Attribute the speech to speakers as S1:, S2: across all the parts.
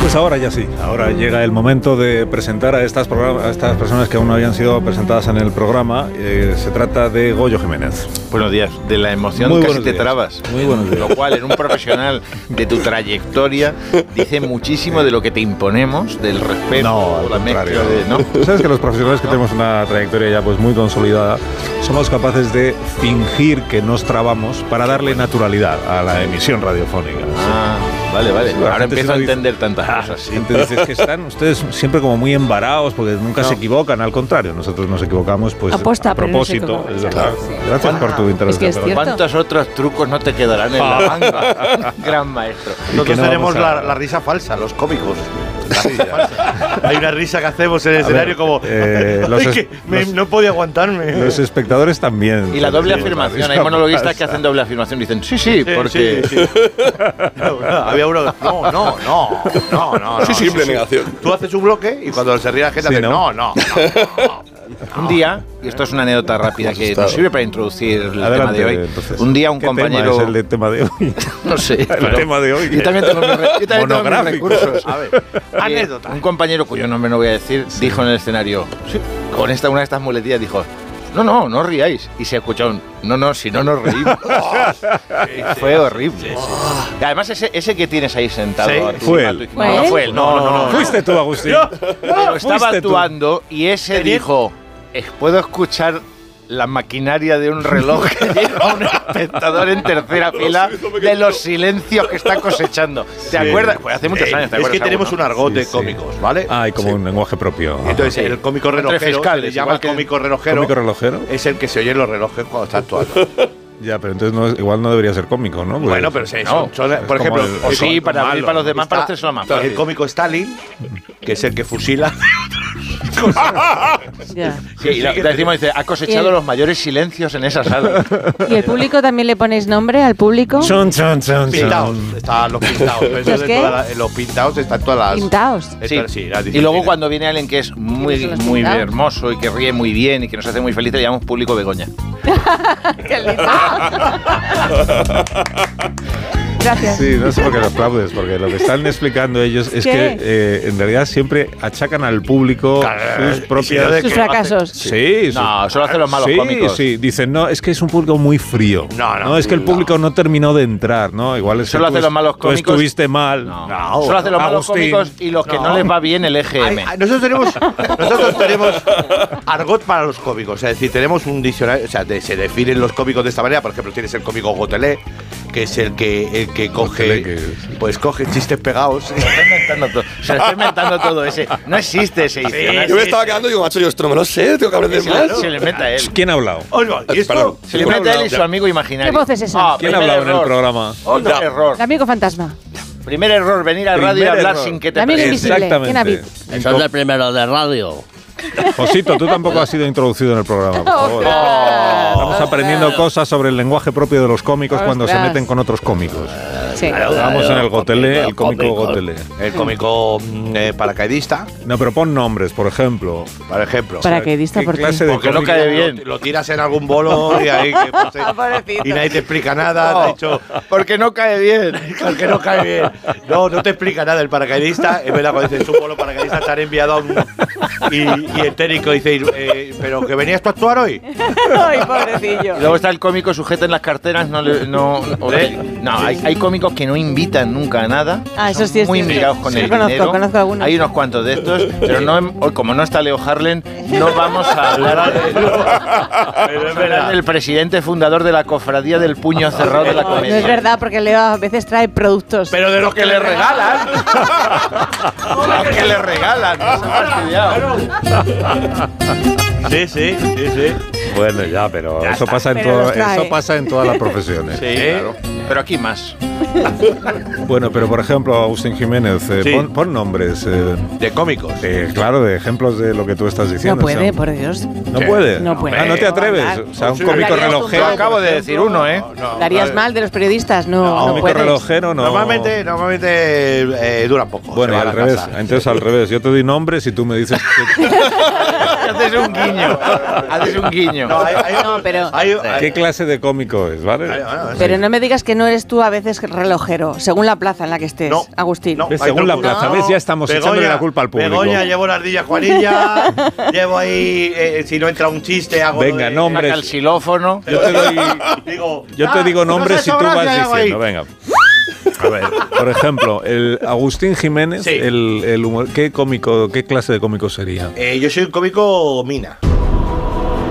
S1: Pues ahora ya sí. Ahora llega el momento de presentar a estas, a estas personas que aún no habían sido presentadas en el programa. Eh, se trata de Goyo Jiménez.
S2: Buenos días. De la emoción Muy casi te días. trabas.
S1: Muy buenos días.
S2: Lo cual, en un profesional de tu trayectoria, dice muchísimo de lo que te imponemos, del respeto.
S1: No, al
S2: la
S1: contrario. De, ¿no? Tú sabes que los profesionales que no. tenemos una trayectoria ya pues muy consolidada, somos capaces de fingir que nos trabamos para darle naturalidad a la emisión radiofónica.
S2: Ah. Vale, vale. Bueno, Ahora empiezo a entender tantas ah, cosas.
S1: ¿sí? Entonces es que están ustedes siempre como muy embarados porque nunca no. se equivocan. Al contrario, nosotros nos equivocamos pues
S3: Aposta,
S1: a propósito. No claro. sí. Gracias ah, por tu intervención.
S2: Es que ¿Cuántos otros trucos no te quedarán en la manga? Gran maestro.
S4: Nosotros no tenemos la, la risa falsa, los cómicos. Sí, Hay una risa que hacemos en el a escenario ver, como... Eh, los es que me, los, no podía aguantarme.
S1: Los espectadores también.
S2: Y la doble afirmación. La Hay monologuistas pasa. que hacen doble afirmación. Dicen, sí, sí, sí porque... Sí,
S4: no, no, había uno que... No, no, no, no, no.
S5: Sí, simple negación.
S4: Tú haces un bloque y cuando se ríe la gente hace, ¿no? no, no.
S2: Un día, y esto es una
S1: Ah,
S2: anécdota
S1: pues
S2: rápida que nos sirve para introducir el Adelante, tema de hoy. Entonces, un día un
S1: ¿qué
S2: compañero.
S1: Tema es el tema de hoy?
S2: no sé.
S1: El pero, tema de hoy.
S2: Yo también tengo, mi re, yo también tengo mis, recursos.
S4: A ver, anécdota.
S2: Un compañero cuyo nombre no voy a decir sí. dijo en el escenario, sí. con esta, una de estas muletillas, dijo: no, no, no ríais. Y se escuchó un, no, no, si no nos reímos. fue horrible. Además, ese, ese que tienes ahí sentado.
S1: fue él.
S2: No, fue él. No, no, no.
S1: Fuiste tú, Agustín.
S2: Pero estaba actuando y ese dijo, puedo escuchar la maquinaria de un reloj que lleva un espectador en tercera fila de los silencios que está cosechando. ¿Te sí. acuerdas? Pues hace muchos años. ¿te
S4: Eh, es que tenemos aún, ¿no? un argot sí, de cómicos, ¿vale?
S1: Ah, hay como sí. un lenguaje propio.
S4: Entonces, el cómico relojero, fiscales, se llama el cómico relojero,
S1: cómico relojero,
S4: es el que se oye en los relojes cuando está actuando.
S1: Ya, pero entonces no, igual no debería ser cómico, ¿no? Pues
S4: bueno, pero sí, no, son, son, por ejemplo, el,
S2: o sí, para abrir para los demás está, parece solo más fácil.
S4: El cómico Stalin, que es el que fusila.
S2: yeah. sí, y la, decimos, dice, ha cosechado los mayores silencios en esa sala.
S3: ¿Y el público también le ponéis nombre al público?
S1: Chon, chon, chon,
S4: pintados. Están los pintados. ¿Los,
S3: qué?
S4: La, los pintados están todas las.
S3: Pintados.
S2: Sí. sí las y luego cuando viene alguien que es muy, muy pintados? hermoso y que ríe muy bien y que nos hace muy felices, le llamamos público Begoña.
S3: ¡Qué lindo! Gracias.
S1: Sí, no sé por qué lo aplaudes, porque lo que están explicando ellos es ¿Qué? que eh, en realidad siempre achacan al público Caral, sus propias...
S3: Sus fracasos.
S1: Sí.
S2: Sus, no, solo hacen los malos
S1: sí,
S2: cómicos.
S1: Sí, Dicen, no, es que es un público muy frío.
S2: No, no.
S1: no es que el público no, no terminó de entrar, ¿no? Igual es
S2: solo
S1: que
S2: hace los malos cómicos.
S1: Tú estuviste mal.
S2: No. no solo hace los malos Agustín. cómicos y los que no. les va bien el E EGM. Ay,
S4: nosotros tenemos nosotros tenemos argot para los cómicos. Es decir, tenemos un diccionario... O sea, de, se definen los cómicos de esta manera. Por ejemplo, tienes el cómico Gotelé, que es el que el que coge que pues coge chistes pegados
S2: se lo está inventando todo se lo está inventando todo ese no existe ese sí, no
S5: yo me estaba quedando y digo macho yo esto no me lo sé tengo que aprender
S2: se
S5: más
S2: se le mete a él Oh,
S1: ¿quién ha hablado?
S4: Oiga, ¿y esto?
S2: se le mete a él y su amigo imaginario Ah,
S3: ¿qué voz es esa?
S1: Oh, Ah, ¿quién ha hablado error. en el programa?
S2: otro ya. error
S3: el amigo fantasma
S2: primer error venir al radio y hablar error. sin que te
S3: el amigo invisible
S1: exactamente
S6: eso es el primero de radio
S1: Josito, tú tampoco has sido introducido en el programa, por favor. Oh, Estamos aprendiendo claro. cosas sobre el lenguaje propio de los cómicos oh, cuando claro. se meten con otros cómicos.
S3: Sí.
S1: Vamos en el gotelé, el cómico gotelé.
S4: El cómico eh, paracaidista.
S1: No, pero pon nombres, por ejemplo.
S4: Por ejemplo.
S3: Paracaidista,
S1: ¿Qué
S3: ¿por qué?
S1: Clase de
S4: Porque no cae bien. Lo, tiras en algún bolo y ahí que,
S3: Ah,
S4: pues, y nadie te explica nada. No, te dicho,
S2: porque no cae bien.
S4: Porque no cae bien. No, no te explica nada el paracaidista. Es verdad, cuando dices un bolo paracaidista te han enviado a un... Y, y el técnico dice, eh, pero que venías tú a actuar hoy.
S3: Ay, pobrecillo.
S2: Y luego está el cómico sujeto en las carteras, no le, no, ¿Eh? no hay, hay, cómicos que no invitan nunca a nada.
S3: Ah, eso sí es
S2: muy mirados con
S3: sí,
S2: el
S3: conozco,
S2: dinero.
S3: Conozco algunos.
S2: Hay unos cuantos de estos, pero no hoy, como no está Leo Harlen, no vamos a hablar de del presidente fundador de la cofradía del puño cerrado de la comedia.
S3: No es verdad, porque Leo a veces trae productos.
S2: Pero de los que le regalan. los que le regalan.
S4: sí, sí, sí, sí.
S1: Bueno, ya, pero eso pasa, en
S3: Pero
S1: toda-
S3: los trae.
S1: eso pasa en todas las profesiones.
S4: ¿Eh?
S2: claro. Pero aquí más.
S1: Bueno, pero por ejemplo, Agustín Jiménez, eh,
S4: Sí.
S1: pon, pon nombres, eh,
S4: De cómicos.
S1: eh, claro, de ejemplos de lo que tú estás
S3: No
S1: diciendo.
S3: puede,
S1: Sam.
S3: por Dios.
S1: No puede.
S3: No puede.
S1: Ah, no te atreves.
S3: No,
S1: O sea, un
S4: sí.
S1: cómico
S3: Hablarías tú
S2: Yo
S1: relojero.
S3: un poco.
S2: acabo de decir uno, ¿eh?
S3: Darías mal de los periodistas, no, no,
S1: cómico
S3: puedes.
S1: relojero no.
S4: Normalmente, normalmente eh, duran poco.
S1: Bueno,
S4: se
S1: y
S4: van
S1: al
S4: a
S1: revés.
S4: casa.
S1: Entonces, al revés. Yo te doy nombres y tú me dices. qué-
S2: Haces un guiño. Haces un guiño.
S4: No, hay- hay-
S3: No, pero-
S4: hay-
S1: ¿Qué,
S4: hay-
S1: clase de cómico es, ¿vale?
S4: hay- bueno,
S3: Pero no me digas que no eres tú a veces relojero, según la plaza en la que estés,
S4: No,
S3: Agustín.
S4: no.
S1: ¿Ves?
S4: Ay,
S1: Según la
S4: preocupa-
S1: plaza, ¿ves? Ya estamos echándole la culpa al público.
S4: Begoña, llevo la ardilla Juanilla, llevo ahí, eh, si no entra un chiste, hago.
S1: Venga,
S4: no
S1: nombres.
S2: Saca el xilófono.
S1: Yo te doy,
S4: Digo,
S1: yo te
S4: ah,
S1: digo
S4: no
S1: nombres
S4: sé
S1: y tú
S4: sobrar, ya
S1: vas
S4: hago ahí.
S1: diciendo. Venga. A ver, por ejemplo, el Agustín Jiménez,
S4: Sí.
S1: el, el humor- ¿qué cómico, qué clase de cómico sería?
S4: Eh, yo soy un cómico mina.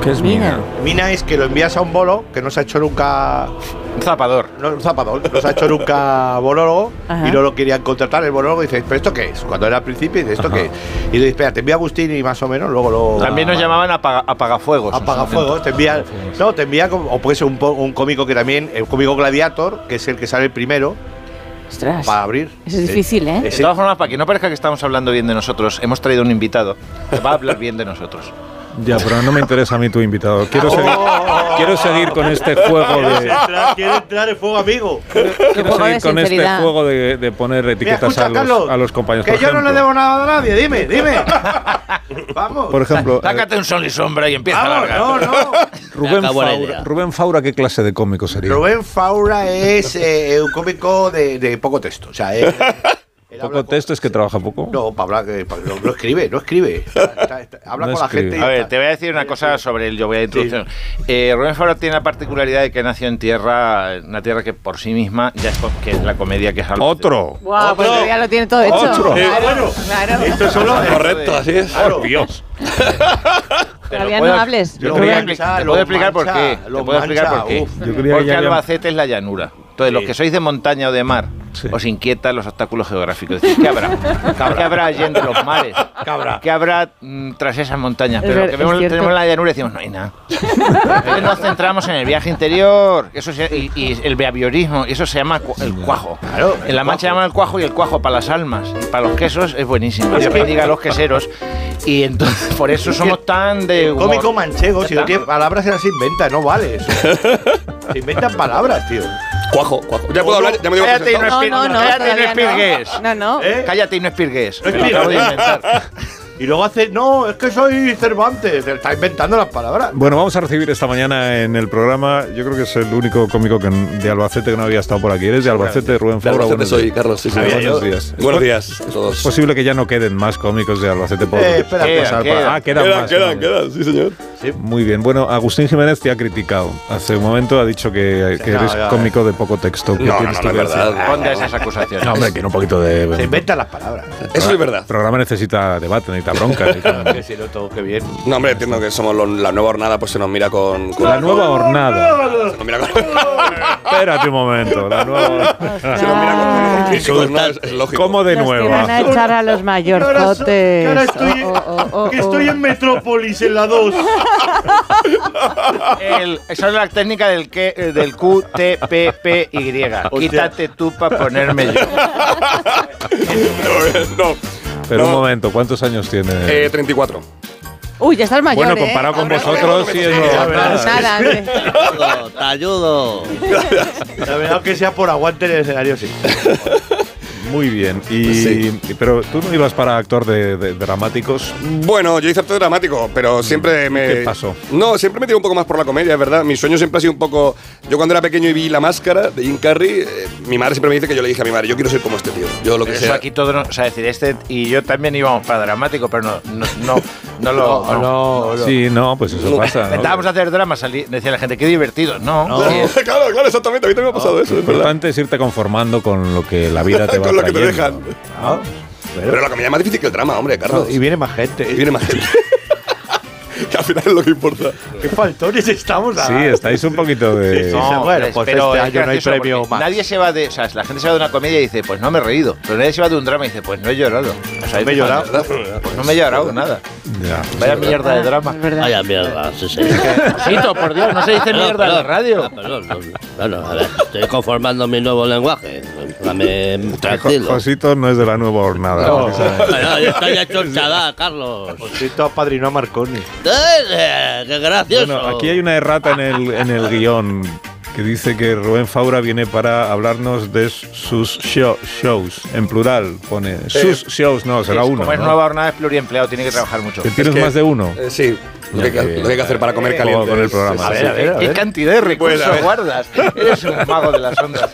S1: ¿Qué es
S3: Mira.
S1: mina?
S4: Mina es que lo envías a un bolo que no se ha hecho nunca.
S2: Un zapador.
S4: No, un zapador, no se ha hecho nunca bolólogo
S3: Ajá.
S4: y no lo querían contratar. El bolólogo dice, ¿pero esto qué es? Cuando era al principio, dice, ¿esto
S1: Ajá.
S4: qué es? Y dice, espera, te envía Agustín y más o menos luego lo.
S2: También nos
S4: Ah,
S2: llamaban apaga-
S1: Pues
S2: apagafuegos.
S4: Apagafuegos, te envía. No, te envía. como- O puede ser un, po- un cómico que también. El cómico Gladiator, que es el que sale primero
S3: Ostras.
S4: para abrir.
S3: Eso es difícil, ¿eh?
S2: De todas formas, para que no parezca que estamos hablando bien de nosotros, hemos traído un invitado que va a hablar bien de nosotros.
S1: Ya, pero no me interesa a mí tu invitado. Quiero seguir,
S4: Oh.
S1: quiero seguir con este juego de.
S4: Quiere entrar en fuego, amigo.
S1: Quiero
S3: juego de
S1: seguir con este
S3: sinceridad.
S1: juego de, de poner
S4: Mira,
S1: etiquetas
S4: escucha,
S1: a, los,
S4: Carlos,
S1: a los compañeros.
S4: Que
S1: Por
S4: yo no le
S1: ejemplo-
S4: debo nada a nadie, dime, dime. Vamos.
S1: Por ejemplo, eh,
S2: Sácate un sol y sombra y empieza a
S4: Vamos,
S2: largar.
S4: no, no.
S1: Rubén,
S6: Me acabo la
S1: Faura,
S6: idea.
S1: Rubén Faura, ¿qué clase de cómico sería?
S4: Rubén Faura es eh, un cómico de, de poco texto. O sea, él- él habla
S1: ¿Poco
S4: con-
S1: texto es que trabaja poco?
S4: No, para hablar, eh, pa- no, no escribe, no escribe. Está- está- habla
S1: No
S4: con
S1: escribe.
S4: la gente. y
S2: A
S4: ya
S2: ver,
S4: está.
S2: te voy a decir una cosa sobre el yo voy a introducir. Eh, Rubén Fabra tiene la particularidad de que nació en tierra, una tierra que por sí misma ya es, co- que es la comedia que es algo.
S1: Otro.
S3: Guau, pues
S5: Otro.
S3: ya lo tiene todo hecho.
S1: Otro.
S3: Claro,
S5: Eh, bueno.
S3: claro.
S5: Correcto, así es.
S1: Por Dios.
S3: Todavía no
S2: puedo-
S3: hables.
S2: Yo
S4: Lo
S2: te voy a
S4: mancha,
S2: explicar- te
S4: lo
S2: puedo explicar por
S4: mancha,
S2: qué. Te
S4: lo
S2: puedo explicar
S4: mancha,
S2: por qué.
S4: uf.
S1: Yo creía que
S2: Porque
S1: ya había-
S2: Albacete es la llanura. Entonces, los que sois de montaña o de mar,
S1: Sí.
S2: os inquietan los obstáculos geográficos. Decís, ¿qué habrá? ¿Qué habrá allende los mares? ¿Qué habrá, mm, tras esas montañas?
S3: Es
S2: Pero lo
S3: ver-
S2: que vemos,
S3: es cierto.
S2: tenemos en la llanura y decimos, no hay nada. Entonces nos centramos en el viaje interior eso se- y, y el behaviorismo, y eso se llama cu- el cuajo.
S4: Claro, el
S2: en la mancha
S4: cuajo.
S2: llaman el cuajo y el cuajo para las almas. Y para los quesos es buenísimo. Dios bendiga a los queseros. Y entonces, por eso somos tan de. humor.
S4: Cómico manchego, si
S2: Ya
S4: no
S2: está.
S4: tiene palabras, se las inventa, no vale eso. se inventan palabras, tío.
S5: Cuajo, cuajo. Ya puedo hablar, ya me digo
S2: Cállate y no
S3: No, no, no.
S2: Cállate y no
S3: todavía
S2: espirgues.
S3: No, no.
S4: ¿Eh?
S2: Cállate y no espirgues.
S4: No
S2: Me lo acabo de inventar.
S4: Y luego hace, no, es que soy Cervantes, se está inventando las palabras.
S1: Bueno, vamos a recibir esta mañana en el programa. Yo creo que es el único cómico que, de Albacete que no había estado por aquí. ¿Eres de Albacete, Rubén
S5: De
S1: Faura?
S5: Albacete
S1: Buenos
S5: soy,
S1: días.
S5: Carlos. sí, sí.
S1: Sabía yo. Buenos
S5: Buenos días a
S1: Es
S5: todos.
S1: posible que ya no queden más cómicos de Albacete por
S4: Eh, espera,
S1: por pasar
S2: queda,
S1: por-
S2: queda.
S1: Ah, quedan,
S5: quedan,
S1: más.
S5: quedan, quedan, sí, señor.
S1: Muy bien. Bueno, Agustín Jiménez te ha criticado. Hace un momento ha dicho que, que
S4: no,
S1: eres
S4: ya, eh.
S1: cómico de poco texto. ¿Qué
S5: No, no,
S1: tienes
S5: no,
S1: tú
S5: no es
S1: que decir?
S5: verdad.
S2: Ponte esas acusaciones.
S1: No, hombre, que un poquito de...
S4: Se inventan las palabras.
S5: Eso es verdad.
S1: El programa necesita debate, necesita bronca. necesita-
S4: Que si lo toco, qué bien.
S5: No, hombre, entiendo que somos los- la nueva hornada, pues se nos mira con. con-
S1: La nueva hornada.
S5: Se nos mira con.
S1: Espérate un momento. La nueva...
S5: se nos mira con- con. críticos, ¿no? Es- es lógico.
S1: ¿Cómo de
S3: Los que
S1: nueva?
S3: van a echar a los mayorcotes.
S4: Que ahora estoy,
S3: Oh, oh, oh, oh,
S4: que estoy
S3: oh.
S4: en Metrópolis, en la 2.
S2: El- esa es la técnica del, que, eh, del QTPPY. Quítate tú para ponerme yo.
S5: no.
S1: Pero un
S5: No.
S1: momento, ¿cuántos años tiene?
S5: Eh, 34.
S3: Uy, ya estás mayor,
S1: Ah, bueno,
S3: ¿eh?
S1: comparado con
S3: Ahora-
S1: vosotros, sí es
S4: Sí, la
S1: normal.
S4: verdad.
S3: Nada, hombre.
S6: Te ayudo, te ayudo.
S4: La verdad que sea por aguante en el escenario, sí.
S1: Muy bien. Y,
S5: Sí.
S1: y- Pero tú no ibas para actor de, de dramáticos.
S5: Bueno, yo hice arte dramático, pero siempre me.
S1: Mm, ¿Qué pasó?
S5: No, siempre me tiré un poco más por la comedia, es verdad. Mi sueño siempre ha sido un poco. Yo cuando era pequeño y vi la máscara de Jim Carrey, eh, mi madre siempre me dice que yo le dije a mi madre, yo quiero ser como este tío. Yo lo que
S2: Pero eso
S5: sea.
S2: aquí todo. no- o sea, decir, este y yo también íbamos para dramático, pero no, no, no, no lo. No,
S1: Sí, no, pues eso pasa. ¿no?
S2: Intentábamos hacer drama, salí- decía la gente, qué divertido. No, sí, es-
S5: claro, claro, exactamente. A mí también me ha pasado eso, es
S1: Lo
S5: verdad.
S1: importante es irte conformando con lo que la vida Ah, te va
S5: Con lo que te
S1: trayendo. Ah,
S5: dejan. Pero la comedia es más difícil que el drama, hombre, Carlos.
S4: y viene más gente.
S5: Y viene más gente. que al final es lo que importa.
S4: ¿Qué faltones estamos
S1: Sí, estáis un poquito de...
S4: Sí, sí. bueno,
S2: es-
S4: pues este
S2: es
S4: año no hay
S2: gracioso
S4: premio
S2: porque
S4: más.
S2: Nadie se va de. O sea, la gente se va de una comedia y dice, pues no me he reído. Pero nadie se va de un drama y dice, pues no he llorado. O sea,
S4: No me he llorado.
S2: Pues no me he llorado nada.
S1: Ya.
S2: Vaya mierda de drama.
S3: Es verdad.
S6: Vaya mierda, sí, sí.
S2: Osito, por Dios, no se dice
S6: Perdón,
S2: mierda en la
S6: perdón.
S2: radio.
S6: Ah, perdón, no, no. Bueno, a ver, estoy conformando mi nuevo lenguaje. Dame
S1: Jo-
S6: tranquilo.
S1: Josito no es de la nueva hornada.
S2: No.
S1: porque sabe-
S6: Bueno, yo estoy hecho un chaval, Carlos.
S4: Osito apadrinó a Marconi.
S6: ¡Eh, ¡Qué gracioso!
S1: Bueno, aquí hay una errata en el, en el guión que dice que Rubén Faura viene para hablarnos de sus sho- shows. En plural pone sus shows, no, será
S2: Es-
S1: uno.
S2: Como es
S1: ¿no?
S2: nueva jornada, es pluriempleado, tiene que trabajar mucho.
S1: Que tienes
S5: Es que-
S1: más de uno.
S5: Eh, sí, lo que, hay que- lo que hay que hacer para comer
S1: Eh,
S5: caliente.
S1: con el programa.
S5: Sí,
S2: A
S5: sí,
S2: ver,
S5: sí.
S2: a ver, ¿qué cantidad de recursos
S5: Bueno, a ver.
S2: guardas? Eres un mago de las ondas.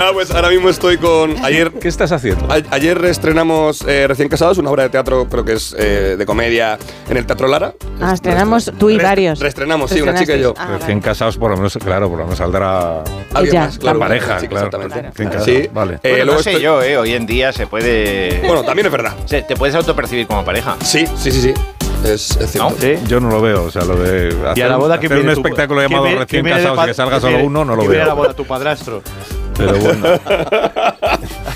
S5: Ah, pues ahora mismo estoy con. Ayer
S1: ¿Qué estás haciendo?
S5: A- Ayer estrenamos eh, Recién Casados, una obra de teatro, creo que es eh, de comedia, en el Teatro Lara.
S3: Ah, estrenamos tú y
S5: Rest-
S3: varios.
S5: Reestrenamos, sí, una chica y yo.
S3: Reestrenasteis. Ah,
S1: Recién casados, por lo menos, claro, por lo menos saldrá
S5: Alguien
S3: Ya.
S5: más,
S3: La
S5: claro,
S1: la pareja,
S5: sí,
S1: claro.
S5: exactamente.
S1: Recién casados,
S5: Sí.
S1: vale.
S5: Eh,
S2: Bueno,
S5: luego
S2: no sé
S5: estoy-
S2: yo, ¿eh? Hoy en día se puede.
S5: Bueno, también es verdad.
S2: se- te puedes autopercibir como pareja.
S5: Sí, sí, sí, sí. Es, es
S2: ¿No?
S5: cierto.
S1: Yo no lo veo, o sea, lo de hacer,
S4: ¿eh? Y a la boda que
S1: hacer un
S4: viene tu-
S1: espectáculo
S4: que
S1: llamado
S4: viene-
S1: Recién
S4: viene de
S1: Casados y
S4: pa-
S1: que salga
S4: que
S1: solo
S4: viene-
S1: uno, no lo
S4: que viene a la
S1: veo.
S4: boda tu padrastro.
S1: Pero bueno,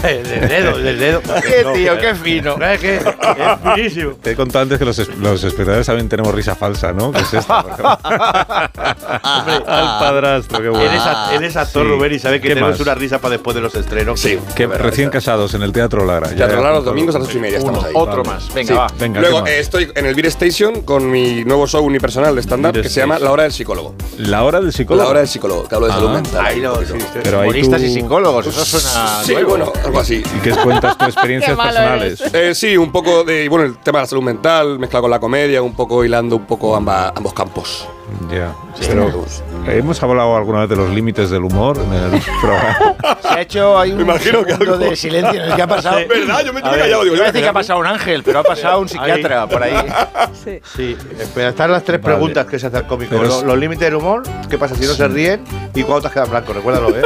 S4: del dedo, del dedo.
S2: ¡Qué tío, qué fino!
S4: ¿Sabes qué? Es buenísimo.
S1: te he contado antes que los, es- los espectadores también tenemos risa falsa, ¿no? ¿Qué es esto? Al padrastro, qué bueno.
S4: Él es, a- él es actor,
S1: Sí.
S4: Rubén, y sabe que
S1: ¿Qué
S4: tenemos
S1: más?
S4: una risa para después de los estrenos.
S5: Sí.
S1: Que recién casados en el Teatro Lara. Ya
S5: Teatro
S1: he
S5: Lara los
S1: apuntado.
S5: domingos a las ocho y media estamos ahí.
S2: Otro
S1: Vale.
S2: más. Venga,
S5: Sí.
S2: va.
S1: Venga, ¿qué
S5: Luego
S1: más?
S5: eh, estoy en el Beer Station con mi nuevo show unipersonal de stand-up
S1: Beer
S5: que se llama
S1: Station.
S5: La Hora del Psicólogo.
S1: La hora del psicólogo.
S5: La Hora del Psicólogo, que hablo de salud
S1: Ah, Pues
S5: mental.
S4: Ahí lo
S5: Un poquito.
S4: hiciste.
S1: Pero ahí
S2: Humoristas
S1: tú-
S2: y psicólogos, eso suena.
S5: Sí,
S2: nuevo.
S5: bueno, algo así.
S1: Y que cuentas tus experiencias
S3: Qué malo
S1: personales.
S5: Eh, sí, un poco de. y Bueno, el tema de la salud mental, mezclado con la comedia, un poco hilando un poco amba- ambos campos.
S1: Ya. Pero hemos hablado alguna vez de los límites del humor en el programa.
S2: Se ha hecho ahí un
S5: imagino que
S2: segundo
S5: algo-
S2: de silencio en el que ha pasado.
S5: Es verdad, yo me
S2: A
S5: quedé
S2: ver,
S5: callado. Digo,
S2: iba a decir que
S5: mira,
S2: ha pasado un ángel, pero ha pasado un psiquiatra por ahí.
S3: sí.
S4: Sí, pero están las tres
S1: Vale.
S4: preguntas que se hace al cómico.
S1: Pero
S4: Lo-
S1: es-
S4: los límites del humor, qué pasa si no se ríen y cuándo te has quedado blanco, recuérdalo, ¿eh?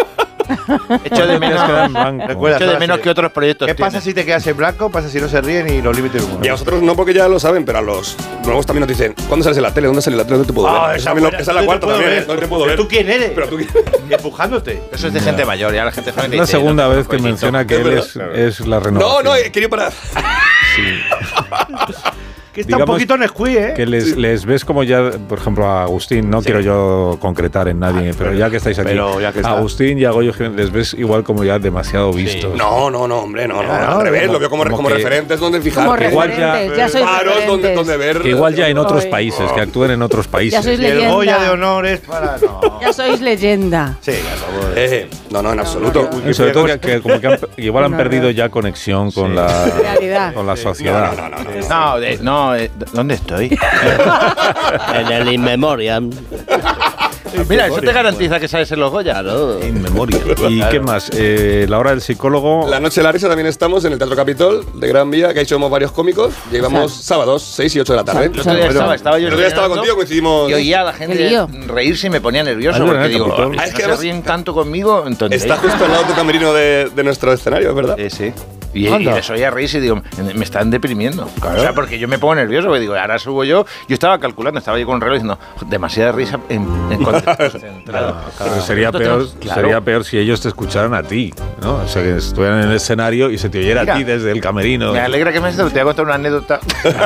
S2: Hecho de menos,
S1: Queda en blanco.
S4: Recuerda.
S2: echo de menos que otros proyectos.
S4: ¿Qué pasa
S2: tiene.
S4: si te quedas en blanco? ¿Pasa si no se ríen y los límites del humor?
S5: Y a vosotros no, porque ya lo saben, pero a los nuevos también nos dicen: ¿Cuándo sales en la tele? ¿Dónde sales en la tele? No te puedo
S4: Ah,
S5: ver. Eso también lo- Ah, esa es la cuarta también, ¿eh? No te puedo ver.
S4: ¿Tú quién eres?
S5: Pero tú quién-
S4: Empujándote.
S2: Eso es de gente mayor, ya la gente joven.
S1: Es
S2: te
S1: la
S2: dice,
S1: segunda
S2: no,
S1: vez que
S2: coñito.
S1: menciona que
S5: Es
S1: él
S5: verdad,
S1: es,
S5: claro.
S1: es la
S5: No,
S1: renovación.
S5: no, he querido parar.
S4: Que está
S1: Digamos
S4: un poquito en escuí, ¿eh?
S1: Que les, les ves como ya, por ejemplo, a Agustín, no quiero yo concretar en nadie, pero, ya que estáis aquí,
S4: pero ya que está.
S1: Agustín y a Goyo Jiménez les ves igual como ya demasiado vistos.
S5: No, no, no, hombre, no, no.
S4: Claro,
S5: Al revés,
S1: como-
S5: lo veo como,
S1: como
S5: como
S1: que-
S5: referentes donde
S3: Como
S5: fijar.
S1: igual ya-
S3: referentes, ya, sois
S5: Paros donde,
S3: referentes.
S5: donde ver.
S1: Que igual ya en otros
S3: Ay.
S1: países, que actúen en otros países.
S3: Ya sois
S4: Y el Goya de
S3: leyenda.
S4: honor es para. No.
S3: Ya sois leyenda.
S4: Sí, ya lo voy.
S5: Eh, no, no, en absoluto.
S3: no,
S1: Y sobre todo que, que como que han- igual han
S3: No,
S1: perdido
S3: no.
S1: ya conexión con la
S3: Realidad.
S1: con la
S5: No,
S1: sociedad.
S5: no, no, no.
S2: No, de- no, eh, ¿dónde estoy?
S6: En el In Memoriam.
S2: Mira, eso te garantiza que sales en los Goya.
S6: Claro.
S1: En memoria. ¿Y qué más? Eh, la hora del psicólogo. Ah,
S5: La noche de la risa también estamos en el Teatro Capitol de Gran Vía, que ahí somos varios cómicos. Llevamos sábados, 6 y 8 de la tarde.
S2: El otro día estaba, estaba yo
S5: El otro día estaba
S2: entrenando
S5: contigo, coincidimos.
S2: Y oía a la
S3: Qué
S2: gente
S3: lío.
S2: reírse y me ponía nervioso
S1: Ah,
S2: porque
S1: es verdad,
S2: digo,
S1: Capitol.
S2: "Ah,
S5: Ah, es
S2: no
S5: que
S2: se
S5: además-
S2: ríen tanto conmigo, entonces.
S5: Está justo al lado de tu camerino de, de nuestro escenario, ¿verdad?
S2: Eh, sí. Y, y les oía reírse y digo, me están deprimiendo. O sea, porque yo me pongo nervioso, porque digo, ahora subo yo. Yo estaba calculando, estaba yo con un reloj diciendo, demasiada risa en, en concentrado.
S1: Pero sería peor,
S2: Nosotros- claro.
S1: sería peor si ellos te escucharan a ti, ¿no? O sea, que estuvieran en el escenario y se te oyera
S2: Mira,
S1: a ti desde el camerino.
S2: Me alegra que me has te voy a contar una anécdota.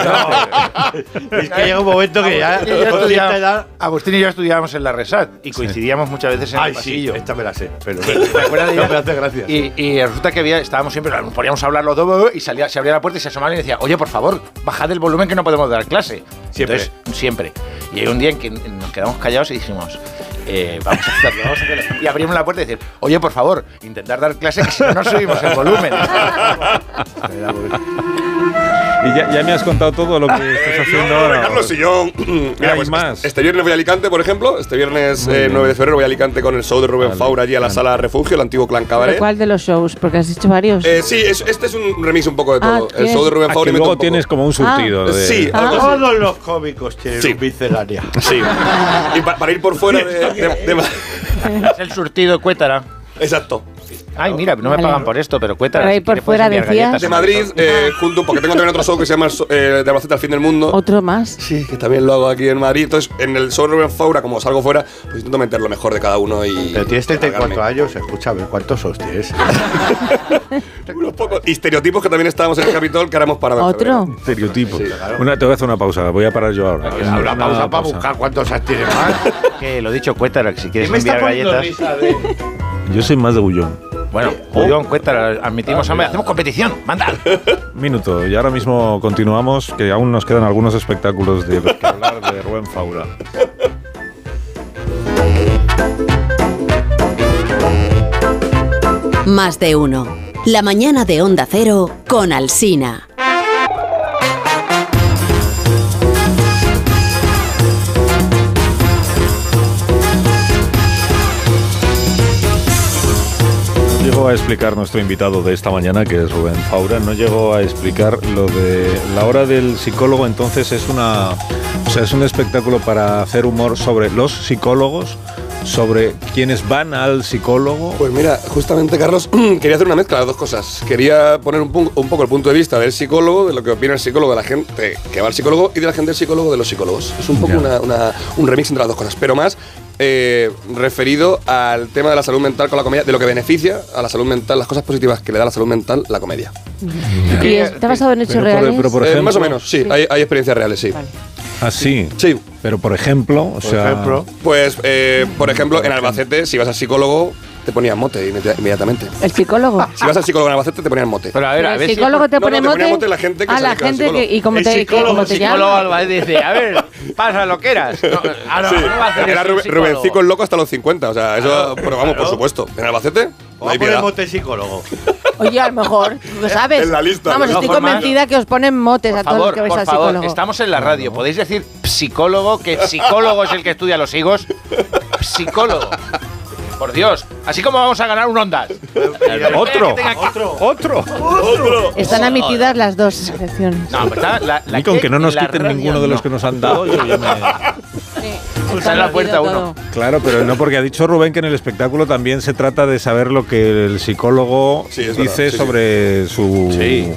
S4: Es que llega un momento que ya.
S2: Agustín y yo
S4: con cierta edad-
S2: estudiábamos- Agustín y yo estudiábamos en la Resat y coincidíamos muchas veces en
S4: Ay,
S2: el
S4: sí,
S2: pasillo.
S4: esta me la sé. Pero.
S2: ¿Te acuerdas de
S4: No,
S2: ella?
S4: pero hace gracia.
S2: Y, y resulta que había- estábamos siempre, nos poníamos a hablar los dos y salía, se abría la puerta y se asomaba y decía, oye, por favor, bajad el volumen que no podemos dar clase.
S4: Siempre.
S2: Entonces, siempre. Y hay un día en que nos quedamos callados y dijimos, eh, vamos a hacerlo, vamos a hacerlo. Y abrimos la puerta y decir, oye, por favor, intentar dar clase que si no, no subimos el volumen.
S1: Y ya, ya me has contado todo lo que estás haciendo ahora.
S5: Eh, Carlos y yo. Mira,
S1: hay
S5: pues,
S1: más.
S5: Este viernes voy a Alicante, por ejemplo. Este viernes eh, 9 de febrero voy a Alicante con el show de Rubén Faura allí a la sala refugio, el antiguo Clan
S3: ¿Pero
S5: Cabaret.
S3: ¿Cuál de los shows? Porque has hecho varios.
S5: Eh, sí, es- este es un remix un poco de
S3: Ah,
S5: todo. el
S3: bien.
S5: show de Rubén
S1: Ah,
S5: Faura
S1: que
S5: y meto
S1: luego
S5: un poco.
S1: tienes como un surtido. de-
S5: Sí,
S3: Ah.
S5: algo así.
S4: Todos los cómicos tienen
S5: Sí.
S4: un miscelánea.
S5: Sí. y pa- para ir por fuera de. de- de-
S2: es el surtido de Cuétara.
S5: exacto.
S2: Ay, mira, no me
S3: Vale.
S2: pagan por esto, pero cuéntanos.
S3: Pero ahí
S2: si
S3: por
S2: quieres, puedes
S3: fuera
S2: enviar
S3: decías-
S2: galletas
S5: De
S2: o
S5: Madrid,
S2: cosas.
S5: eh, junto, porque tengo también otro show que se llama el so- eh, De Albacete al fin del mundo.
S3: Otro más.
S5: Sí, que también lo hago aquí en Madrid. Entonces, en el show de Rubén Faura, como salgo fuera, pues intento meter lo mejor de cada uno y.
S4: Pero tienes 34
S5: alargarme.
S4: años, escúchame, ¿cuántos os tienes?
S5: Unos pocos estereotipos que también estábamos en el Capitol, que ahora hemos parado. en
S3: Otro.
S5: febrero.
S1: Estereotipo. Una, te voy a hacer una pausa, voy a parar yo ahora. ¿eh?
S4: Habrá pausa para buscar cuántos has tienes más.
S2: Ah, Que lo dicho, cuéntanos si quieres
S4: me está
S2: enviar
S4: poniendo ¿Eh?
S2: galletas.
S4: risa de...
S1: Yo soy más de bullón.
S2: Bueno, Julián, cuéntanos,
S4: Ah,
S2: admitimos hambre, hacemos competición, manda.
S1: Minuto, y ahora mismo continuamos, que aún nos quedan algunos espectáculos de que hablar de Rubén Faura.
S7: Más de uno. La mañana de Onda Cero con Alsina.
S1: Llegó a explicar nuestro invitado de esta mañana, que es Rubén Faura, no llegó a explicar lo de la hora del psicólogo, entonces es una o sea, es un espectáculo para hacer humor sobre los psicólogos, sobre quienes van al psicólogo.
S5: Pues mira, justamente Carlos, quería hacer una mezcla de dos cosas. Quería poner un, pu- un poco el punto de vista del psicólogo, de lo que opina el psicólogo de la gente que va al psicólogo y de la gente del psicólogo de los psicólogos. Es un poco
S1: Ya.
S5: una- una- un remix entre las dos cosas, pero más eh, referido al tema de la salud mental con la comedia, de lo que beneficia a la salud mental, las cosas positivas que le da a la salud mental la comedia.
S3: ¿Y está basado en hechos
S1: Pero por-
S3: reales?
S1: pero por-
S5: Eh, más
S1: ejemplo.
S5: o menos, sí, Hay, hay experiencias reales, sí.
S3: Vale.
S1: Así.
S5: Sí,
S1: Ah, Pero por ejemplo, o sea,
S4: ejemplo.
S5: pues eh, por ejemplo, en Albacete, si vas al psicólogo, te ponían mote inmedi- inmediatamente.
S3: El psicólogo.
S5: Si vas al psicólogo en Albacete, te ponían mote.
S2: Pero a ver, a
S3: el
S2: ver. si-
S3: psicólogo te
S5: no,
S3: pone
S5: te ponía
S3: mote.
S5: mote la gente que
S3: a
S5: se
S3: la
S5: dedica al
S3: gente que,
S5: psicólogo.
S3: y cómo
S2: El
S3: te, que-
S2: psicólogo,
S3: cómo
S2: el
S3: te
S2: psicólogo
S3: llama.
S2: Alba dice, "Ah, a ver, pasa lo que eras. No, ahora
S5: Sí,
S2: Ah, no va a hacer
S5: era
S2: eso
S5: Rubén-
S2: el psicólogo.
S5: Rubencico el loco hasta los 50, o sea, eso, pero vamos, por supuesto. En Albacete, no
S4: Vamos
S5: hay
S4: a poner
S5: piedad.
S4: mote psicólogo.
S3: Oye, a lo mejor, tú lo sabes.
S5: En la lista,
S3: Vamos,
S5: de
S3: estoy
S2: todas formas.
S3: convencida que os ponen motes
S2: Por
S3: a todos los que
S2: favor,
S3: vais
S2: por
S3: al
S2: favor,
S3: psicólogo.
S2: estamos en la radio. ¿Podéis decir psicólogo? Que psicólogo es el que estudia los higos. Psicólogo. Por Dios. Así como vamos a ganar un Ondas.
S1: otro,
S2: Que tenga que-
S1: otro.
S3: Están admitidas las dos secciones.
S2: No, pero está la, la
S1: y con
S2: que-
S1: que no nos
S2: la
S1: quiten
S2: radio
S1: ninguno de los
S2: no.
S1: que nos han dado, yo ya me-
S2: Está en la puerta uno.
S1: Claro, pero no porque ha dicho Rubén que en el espectáculo también se trata de saber lo que el psicólogo
S5: Sí, es verdad,
S1: dice
S5: sí, sí.
S1: sobre su
S4: Sí.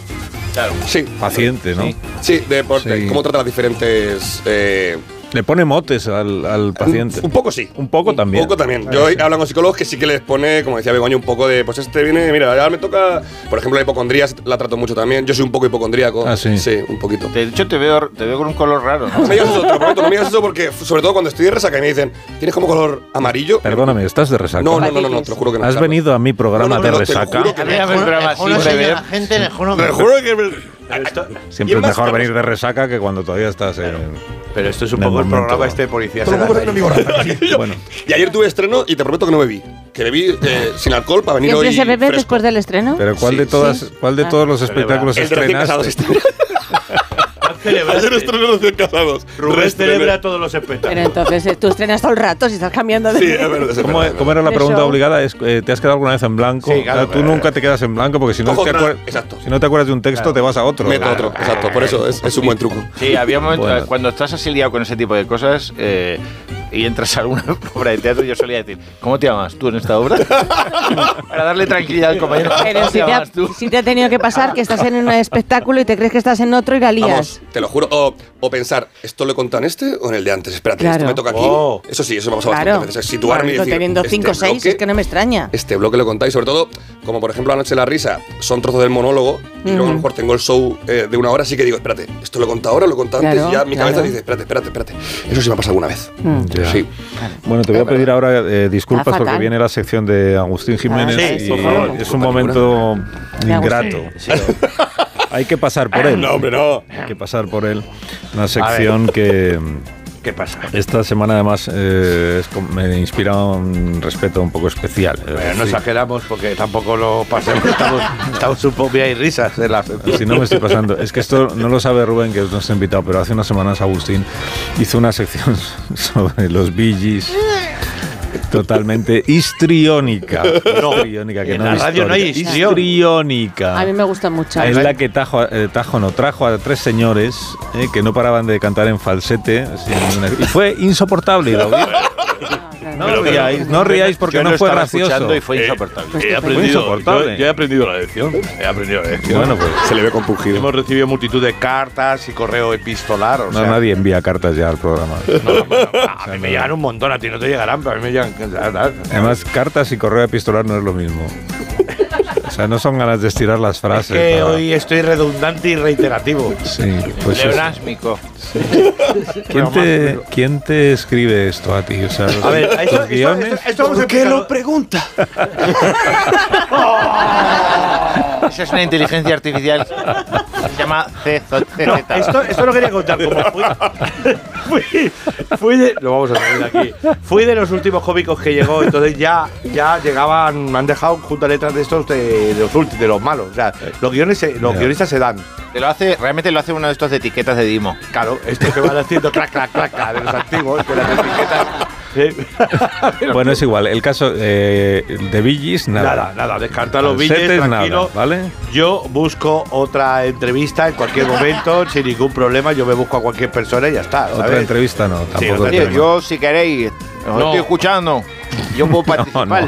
S5: Sí,
S1: paciente, ¿no?
S5: sí, de, por- de
S1: Sí.
S5: cómo trata las diferentes. eh,
S1: Le pone motes al, al paciente.
S5: Un, un poco sí.
S1: Un poco también.
S5: Un poco también. Yo he hablado con psicólogos que sí que les pone, como decía Begoña, un poco de, pues este viene, mira, ahora me toca, por ejemplo, la hipocondría, la trato mucho también. Yo soy un poco hipocondríaco.
S1: Ah, sí.
S5: Sí, un poquito.
S2: De hecho, te veo, te veo con un color raro.
S5: No
S2: ¿no?
S5: me digas eso, te lo prometo, no me digas eso porque, sobre todo cuando estoy de resaca y me dicen, ¿tienes como color amarillo?
S1: Perdóname, ¿estás de resaca?
S5: No, no, no, no, no, te lo juro que no.
S1: ¿Has
S5: Carlos.
S1: venido a mi programa
S5: No, no, no,
S1: de
S5: te lo
S1: resaca?
S5: juro que no.
S2: Habría un programa así, breve.
S4: gente le juro.
S5: Te lo juro que.
S1: Siempre es mejor venir de resaca que cuando todavía estás en...
S4: Pero esto es un
S1: De
S4: poco el
S1: momento.
S4: programa este de policías.
S5: Te lo
S4: en la
S5: juro que no,
S4: calle.
S5: amigo Rafa.
S1: Bueno,
S5: Y ayer tuve estreno y te prometo que no bebí. Que bebí eh, sin alcohol para venir
S3: ¿Siempre
S5: hoy.
S3: se bebe
S5: fresco.
S3: después del estreno?
S1: pero ¿cuál de todas,
S3: Sí.
S1: cuál de
S3: Ah.
S1: todos los espectáculos
S5: El de recién
S1: estrenas? eh,
S5: casados estreno. Ayer estreno los recién casados.
S4: Rubén
S5: Reestreno.
S4: celebra todos los
S3: Pero
S4: espectáculos.
S3: entonces eh, tú estrenas todo el rato si estás cambiando de.
S5: Sí, eh, es verdad. es
S1: ¿Cómo,
S5: verdad.
S1: cómo era la
S3: De
S1: pregunta
S3: show.
S1: obligada? Es, eh, ¿Te has quedado alguna vez en blanco?
S4: Sí, claro,
S1: O sea, tú
S4: claro.
S1: nunca te quedas en blanco porque si no,
S5: Cojo
S1: te,
S5: otra-
S1: acuer-
S5: exacto.
S1: si no te acuerdas de un texto te vas a otro.
S5: Meto otro, exacto. Por eso es, es un buen truco.
S2: Sí, había momentos.
S1: Bueno.
S2: Cuando estás así liado con ese tipo de cosas eh, y entras a alguna obra de teatro, yo solía decir, ¿cómo te llamas tú en esta obra? Para darle tranquilidad al compañero.
S3: Pero
S2: ¿Cómo
S3: si
S2: te
S3: te, ha,
S2: llamas tú?
S3: si te ha tenido que pasar que estás en un espectáculo y te crees que estás en otro y la lías.
S5: Vamos, te lo juro. O, o pensar, ¿esto lo he contado en este o en el de antes? Espérate,
S3: Claro.
S5: esto me toca aquí.
S4: Oh.
S5: Eso sí, eso me ha pasado
S3: Claro.
S5: bastantes veces. Es Situarme y
S3: Bueno,
S5: decir,
S3: teniendo
S5: este
S3: 5 o 6,
S5: bloque-
S3: es que no me extraña.
S5: este bloque lo contáis, sobre todo, como por ejemplo Anoche la risa, son trozos del monólogo, y luego a lo mejor tengo el show eh, de una hora, así que digo, espérate, esto lo he contado ahora, lo he contado antes,
S3: Claro,
S5: y ya mi
S3: claro. Mm.
S5: cabeza dice, espérate, espérate, espérate. Eso sí me ha pasado alguna vez.
S1: Ya.
S5: Mm. Sí.
S1: Bueno, te voy a pedir ahora eh,
S3: Está
S1: disculpas
S3: fatal.
S1: porque viene la sección de Agustín Jiménez
S3: Ah, sí,
S1: y
S3: sí, por favor.
S1: es un momento
S3: De
S1: ingrato. Hay que pasar por él.
S5: No, hombre, no.
S1: Hay que pasar por él. Una sección que mm,
S4: ¿Qué pasa?
S1: esta semana además eh, es con- me inspira un respeto un poco especial. eh, Es
S4: Pero no
S1: decir,
S4: exageramos porque tampoco lo pasemos. Estamos, estamos un poco bien y risas de la
S1: Si no me estoy pasando. Es que esto no lo sabe Rubén, que es nuestro invitado, pero hace unas semanas Agustín hizo una sección sobre los billis. Totalmente histriónica. histriónica que
S4: en la radio no hay
S1: histórica.
S4: histrión.
S1: Histriónica.
S3: A mí me gusta mucho.
S1: Es la que tajo, eh, Tajo no, trajo a tres señores eh, que no paraban de cantar en falsete. sin una- y fue insoportable. y la audiencia-
S3: Ah, claro.
S1: No ríais, no ríais porque
S2: Yo
S1: no
S2: lo
S1: fue
S2: estaba
S1: gracioso.
S2: escuchando y fue
S8: Eh,
S2: insoportable.
S8: He aprendido, yo, yo he aprendido la lección. He aprendido la lección.
S1: Bueno, pues
S5: Se le ve compungido.
S4: Hemos recibido multitud de cartas y correo epistolar. O
S1: no,
S4: sea,
S1: nadie envía cartas ya al programa.
S4: A mí me llegan un montón, a ti no te llegarán, pero a mí me llegan.
S1: Además, cartas y correo epistolar no es lo mismo. O sea, no son ganas de estirar las
S4: Es
S1: frases.
S4: que
S1: para-
S4: hoy estoy redundante y reiterativo.
S1: Sí, pues eso.
S2: Leonásmico.
S1: ¿Quién te, ¿Quién te escribe esto a ti? O sea, los,
S4: A ver,
S1: los
S4: esto, esto-
S1: guiones.
S4: esto- esto vamos a explicarlo.
S5: pregunta?
S2: Esa Oh. es una inteligencia artificial. Se llama CZ.
S4: No, esto, esto lo quería contar. Como fui, fui, fui de, lo vamos a poner aquí. Fui de los últimos cómicos que llegó, entonces ya, ya llegaban, me han dejado junto a letras de estos de, de los últimos, de los malos. O sea, los, guiones se- los
S1: Ya.
S4: guionistas se dan.
S2: Te lo hace, realmente lo hace uno de estos de etiquetas de Dimo.
S4: Claro, estos que van haciendo clac, clac, clac, clac, de los antiguos, de las etiquetas. Sí.
S1: Bueno, es igual. El caso eh, de Villis, nada.
S4: Nada, nada, descarta los
S1: Falsetes,
S4: billetes, tranquilo.
S1: nada, ¿vale?
S4: Yo busco otra entrevista en cualquier momento, sin ningún problema. Yo me busco a cualquier persona y ya está. ¿sabes?
S1: Otra entrevista no, tampoco.
S4: otra
S1: tengo.
S2: Oye, yo, si queréis, os estoy escuchando. Yo puedo participar.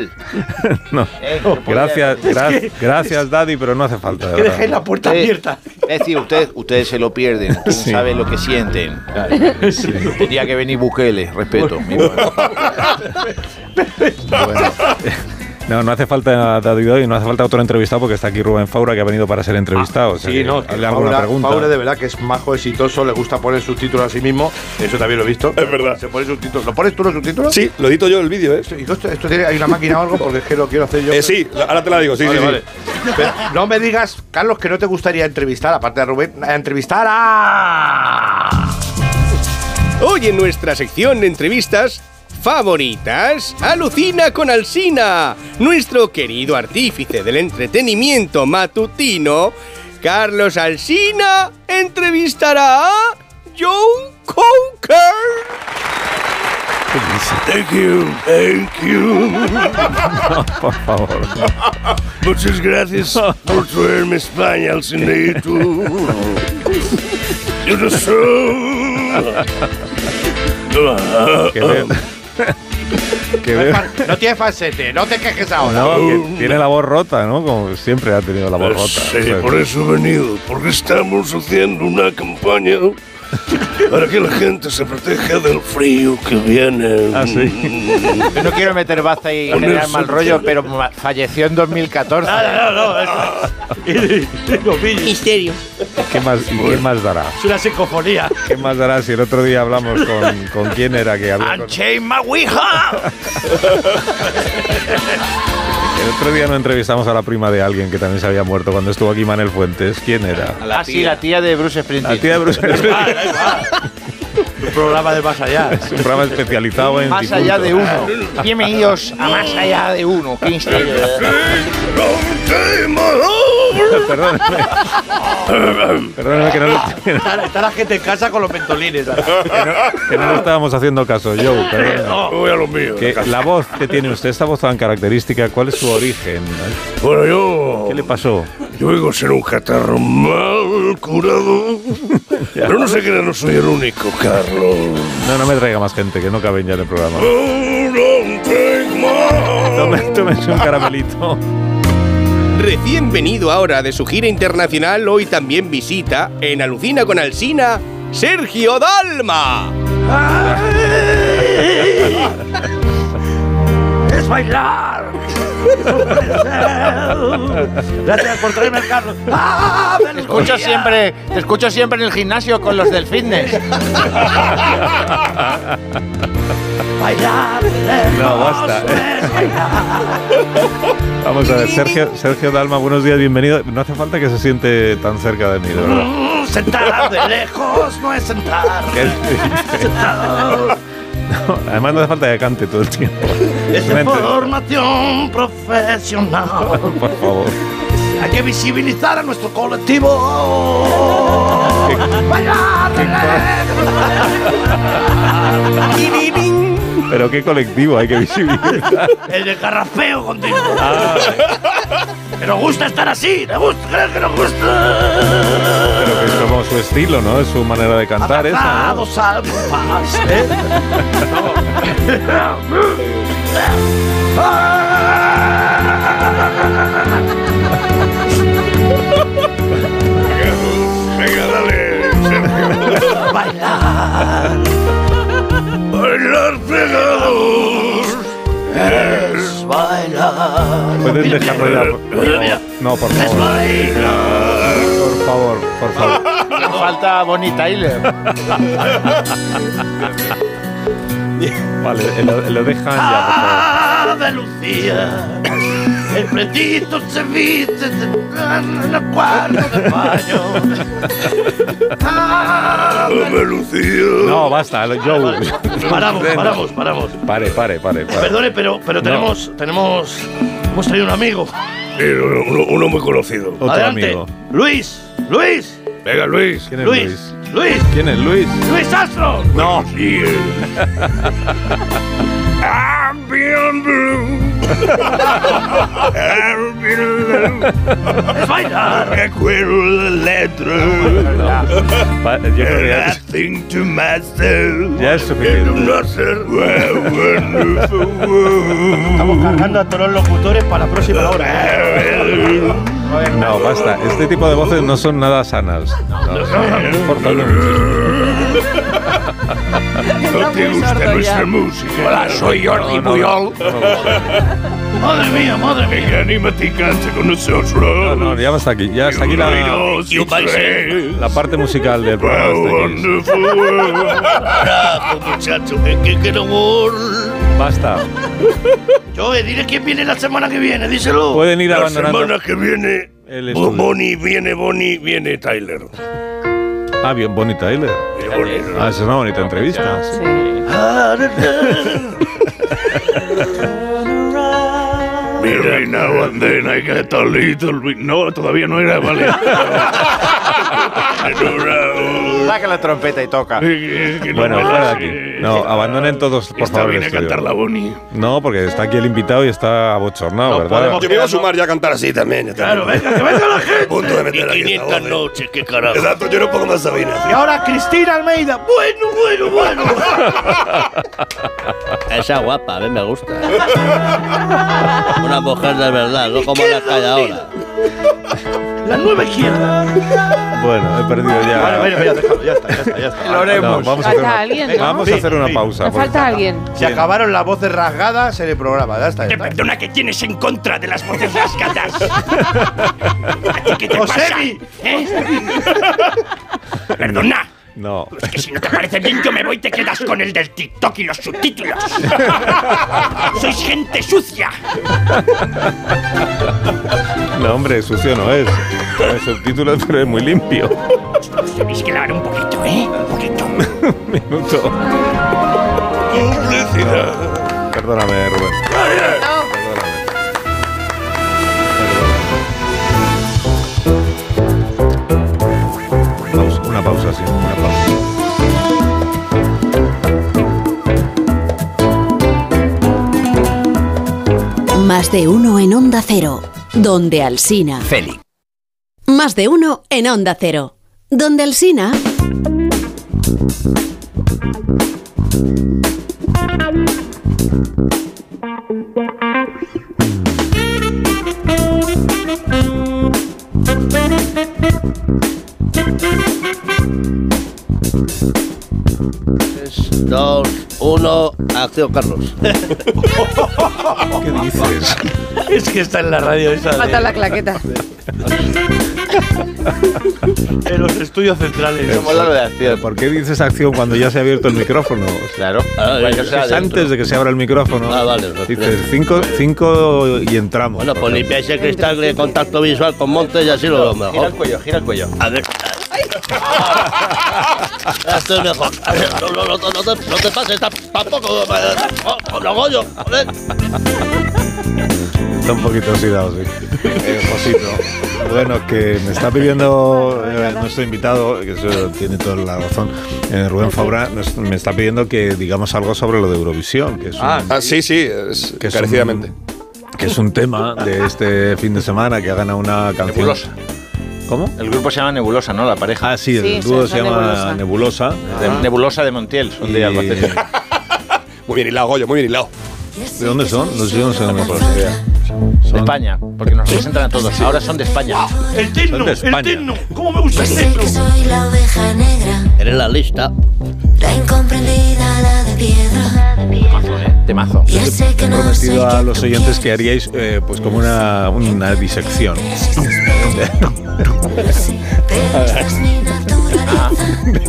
S1: no. No.
S2: Eh, que podía-
S1: Gracias, gra- gracias, Daddy, pero no hace falta. de
S4: Que
S1: verdad.
S4: dejáis la puerta
S2: Eh,
S4: abierta.
S2: Es decir, ustedes, ustedes se lo pierden, ustedes
S1: Sí.
S2: no saben lo que sienten. Tenía que venir Bukele, respeto. mi hermano.
S1: No, no hace falta Daddy Daddy, no hace falta otro entrevistado porque está aquí Rubén Faura que ha venido para ser entrevistado. o sea
S4: Sí,
S1: que
S4: no,
S1: hazle alguna
S4: Paula,
S1: pregunta.
S4: Paula de verdad que es majo, exitoso, le gusta poner subtítulos a sí mismo. Eso también lo he visto.
S5: Es verdad.
S4: Se pone subtítulos. ¿Lo pones tú los subtítulos?
S5: Sí, lo edito yo el vídeo, ¿eh?
S4: ¿Y esto, esto tiene, hay una máquina o algo? Porque es que lo quiero hacer yo.
S5: Eh, sí, ahora te la digo, sí,
S4: Vale,
S5: sí, sí.
S4: vale. Pero no me digas, Carlos, que no te gustaría entrevistar, aparte de Rubén, a entrevistar a.
S9: Hoy en nuestra sección de entrevistas favoritas, alucina con Alsina, nuestro querido artífice del entretenimiento matutino, Carlos Alsina entrevistará a John Conker.
S8: Thank you, thank you.
S1: Por favor.
S8: Muchas gracias por traerme a España al cineito. Yo no soy.
S1: Que veo- que veo-
S4: No tiene falsete, no te quejes ahora.
S1: no, que tiene la voz rota, ¿no? Como siempre ha tenido la voz rota.
S8: Sí, por eso he venido, porque estamos haciendo una campaña para que la gente se proteja del frío que viene.
S1: Ah, sí.
S2: Yo no quiero meter baza y
S8: Con
S2: generar
S8: el
S2: mal
S8: subtítulo.
S2: rollo, pero ma- falleció en 2014.
S4: No, no,
S9: Misterio.
S1: ¿Qué más, y ¿Qué más dará?
S4: es una psicofonía.
S1: ¿Qué más dará si el otro día hablamos con, con quién era que había con-
S2: ¡Unchain my Ouija!
S1: El otro día no entrevistamos a la prima de alguien que también se había muerto cuando estuvo aquí Manel Fuentes. ¿Quién era?
S2: Ah, sí, la tía de Bruce Springsteen.
S1: La tía de Bruce Springsteen.
S4: Ah, Un programa de más allá.
S1: Es un programa especializado en.
S2: Más allá de
S1: difuntos.
S2: uno. Bienvenidos a Más allá de uno. Qué instante.
S1: Perdóneme. Perdóneme que no, le-
S4: Está, está la gente en casa con los mentolines. ahora.
S1: que no le estábamos haciendo caso, Joe. perdóneme.
S8: Voy a lo mío.
S1: Que la voz que tiene usted, esta voz tan característica, ¿cuál es su origen?
S8: Bueno, yo.
S1: ¿Qué le pasó?
S8: Yo vengo a ser un catarro mal curado. Pero no se crea, no soy el único, Carlos.
S1: No, no me traiga más gente, que no caben ya en el programa.
S8: Oh, don't take my-
S1: Tome, tómese un caramelito.
S9: Recién venido ahora de su gira internacional, hoy también visita en Alucina con Alsina Sergio Dalma.
S4: ¡Es bailar! Gracias por traerme el Carlos. ¡Ah,
S2: Te escucho siempre, te escucho siempre en el gimnasio con los del fitness.
S4: ¡Bailar!
S1: No, basta. Vamos a ver, Sergio, Sergio Dalma, buenos días, bienvenido. No hace falta que se siente tan cerca de mí, de verdad.
S4: Sentar de lejos no es sentar.
S1: Que es triste. No, además no hace falta que cante todo el tiempo.
S4: Es
S1: Me entre-
S4: formación profesional.
S1: Por favor.
S4: Hay que visibilizar a nuestro colectivo. ¡Bailar! de lejos.
S1: Pero qué colectivo hay que visibilizar.
S4: El de carrafeo
S1: Ah.
S4: contigo. Que nos gusta estar así. Nos gusta, ¿crees que nos gusta?
S1: Pero que es como su estilo, ¿no? Es su manera de
S8: Ah,
S1: cantar esa. ¿no?
S4: Abrazados al compás, ¿eh?
S8: Venga, dale, Sergio. Bailar. Bailar pegados. Es bailar.
S1: Puedes dejarlo ya. No, por favor. Por favor, por favor.
S2: Me falta Bonnie Tyler.
S1: Vale, eh, lo, lo dejan ya, por favor.
S8: Ave Lucía. El pretito se viste en el cuarto de baño. Ave Lucía.
S1: No, basta, lo- Joe.
S8: Paramos, paramos, paramos.
S1: Pare, pare, pare. pare.
S8: Perdone, pero, pero tenemos, tenemos. Hemos traído un amigo. uno, muy conocido.
S1: Otro
S8: Adelante.
S1: amigo.
S8: Luis, Luis,
S4: Venga, Luis.
S1: ¿Quién es Luis?
S8: Luis, Luis,
S1: ¿Quién es Luis?
S8: Luis Astro.
S1: No.
S8: Sí, eh. I'm being blue. I'm being blue. Es bailar. Recuerdo la letra.
S1: Pa- yo creo que
S8: And I
S1: ya,
S8: think to myself.
S1: ya es suficiente.
S8: No ser wonderful.
S2: Estamos cargando a todos los locutores para la próxima hora.
S1: No, basta. Este tipo de voces no son nada sanas. No, por favor.
S8: No te gusta nuestra música. Hola, soy Jordi Puyol. Madre mía, madre mía. Venga, anímate y canta con nosotros.
S1: No, no, ya hasta aquí. Ya hasta aquí la, la parte musical del programa. este que
S8: Bravo, muchacho, que, que, que no gol.
S1: es. Basta.
S8: Joe, dile quién viene la semana que viene, díselo.
S1: Pueden ir
S8: la
S1: abandonando
S8: semana que viene.
S1: el
S8: Bo-
S1: estudio.
S8: Bonnie viene, Bonnie viene Tyler.
S1: Ah, bien, bonita Tyler.
S8: Viene Bonnie.
S1: Ah, esa es una bonita entrevista.
S3: Sí.
S8: Mira, now and then I get a little bit. No, todavía no era, vale.
S2: Saca la trompeta y toca.
S1: Bueno, fuera de aquí. No, abandonen todos, por
S8: Esta
S1: favor, el
S8: viene a
S1: estudio.
S8: cantar la Bonnie.
S1: No, porque está aquí el invitado y está abochornado, ¿verdad?
S5: Yo me iba a sumar ya a cantar así también. ya
S8: Claro,
S5: está.
S8: venga, que venga la gente.
S5: Punto de meter aquí esta voz de-
S8: noches, qué carajo.
S5: Exacto, yo no puedo más Sabina.
S2: Y ahora Cristina Almeida.
S8: Bueno, bueno, bueno.
S6: Esa guapa, a mí me gusta. Una mujer de verdad, no como la que hay ahora.
S8: La nueva izquierda.
S1: Bueno, he perdido ya.
S2: Vale, bueno, ya, déjalo, ya está, ya está, ya está.
S1: No, vamos a hacer
S3: Falta
S1: una,
S3: alguien, ¿no?
S1: vamos a hacer una pausa.
S3: Me
S1: por
S3: falta alguien.
S2: Se acabaron las voces rasgadas en el programa, ya está. ya está.
S8: Perdona que tienes en contra de las voces rasgadas. ¿A ti ¿Qué te
S2: Josemi.
S8: pasa? ¿Eh? Perdona.
S1: favor. No.
S8: Es que si no te parece bien, yo me voy y te quedas con el del TikTok y los subtítulos. Sois gente sucia.
S1: No, hombre, sucio no es. El subtítulo pero es muy limpio.
S8: Os tenéis que lavar un poquito, ¿eh? Un poquito.
S1: Minuto. Perdóname, Rubén. Perdóname. Pausa, una pausa, sí, una pausa.
S7: Más de uno en Onda Cero, donde Alsina.
S10: Félix.
S7: Más de uno en Onda Cero, donde Alsina.
S6: Tres, dos, uno, acción, Carlos.
S1: ¿Qué dices?
S8: Es que está en la radio esa
S3: Falta la claqueta.
S8: en los estudios centrales.
S2: Como la redacción.
S1: ¿Por qué dices acción cuando ya se ha abierto el micrófono?
S2: Claro.
S6: Ah,
S2: Para
S6: eh,
S2: que sea
S6: es
S1: Es
S2: de-
S1: antes de que se abra el micrófono.
S6: Ah, vale, no,
S1: Dices cinco, cinco y entramos.
S6: Bueno, pues limpiáis el cristal de contacto visual con Montes y así lo veo
S2: Gira
S6: mejor.
S2: el cuello, gira el cuello.
S6: A ver. Ya estoy mejor. A ver, no, no, no, no, no te, no te pases ta- tampoco. eh, oh, Lo goyo, joder.
S1: Está un poquito oxidado, sí. Eh, Josito. Bueno, que me está pidiendo eh, nuestro invitado, que eso tiene toda la razón, eh, Rubén Fabra, nos- me está pidiendo que digamos algo sobre lo de Eurovisión, que es un,
S5: Ah, sí, sí, es
S1: que es
S5: encarecidamente.
S1: un- que es un tema de este fin de semana que ha ganado una canción.
S2: Nebulosa.
S1: ¿Cómo?
S2: El grupo se llama Nebulosa, ¿no? La pareja.
S1: Ah, sí, el
S3: Sí,
S1: dúo
S3: sí,
S1: se
S3: la
S1: llama Nebulosa.
S2: De- Ah, Nebulosa de Montiel, son de
S1: Ah. Y- eh,
S2: Albacete.
S5: Muy bien hilado, Goyo, muy bien hilado.
S1: ¿De dónde son? No sé de dónde son. no sé. Son-
S2: De España, porque nos representan a todos. Ahora son de España.
S8: El techno,
S1: de
S8: el
S1: España.
S8: techno. ¿Cómo me gusta el
S10: Dicen
S8: techno?
S10: Pues que soy la oveja negra,
S6: Eres la lista.
S10: la incomprendida, la de piedra.
S2: Temazo.
S10: Ya sé que no soy
S1: Prometido a
S10: quien
S1: los
S10: tú
S1: oyentes que
S10: quieres,
S1: haríais eh, pues como una, una disección.
S10: pero sí, pero esta es mi naturaleza.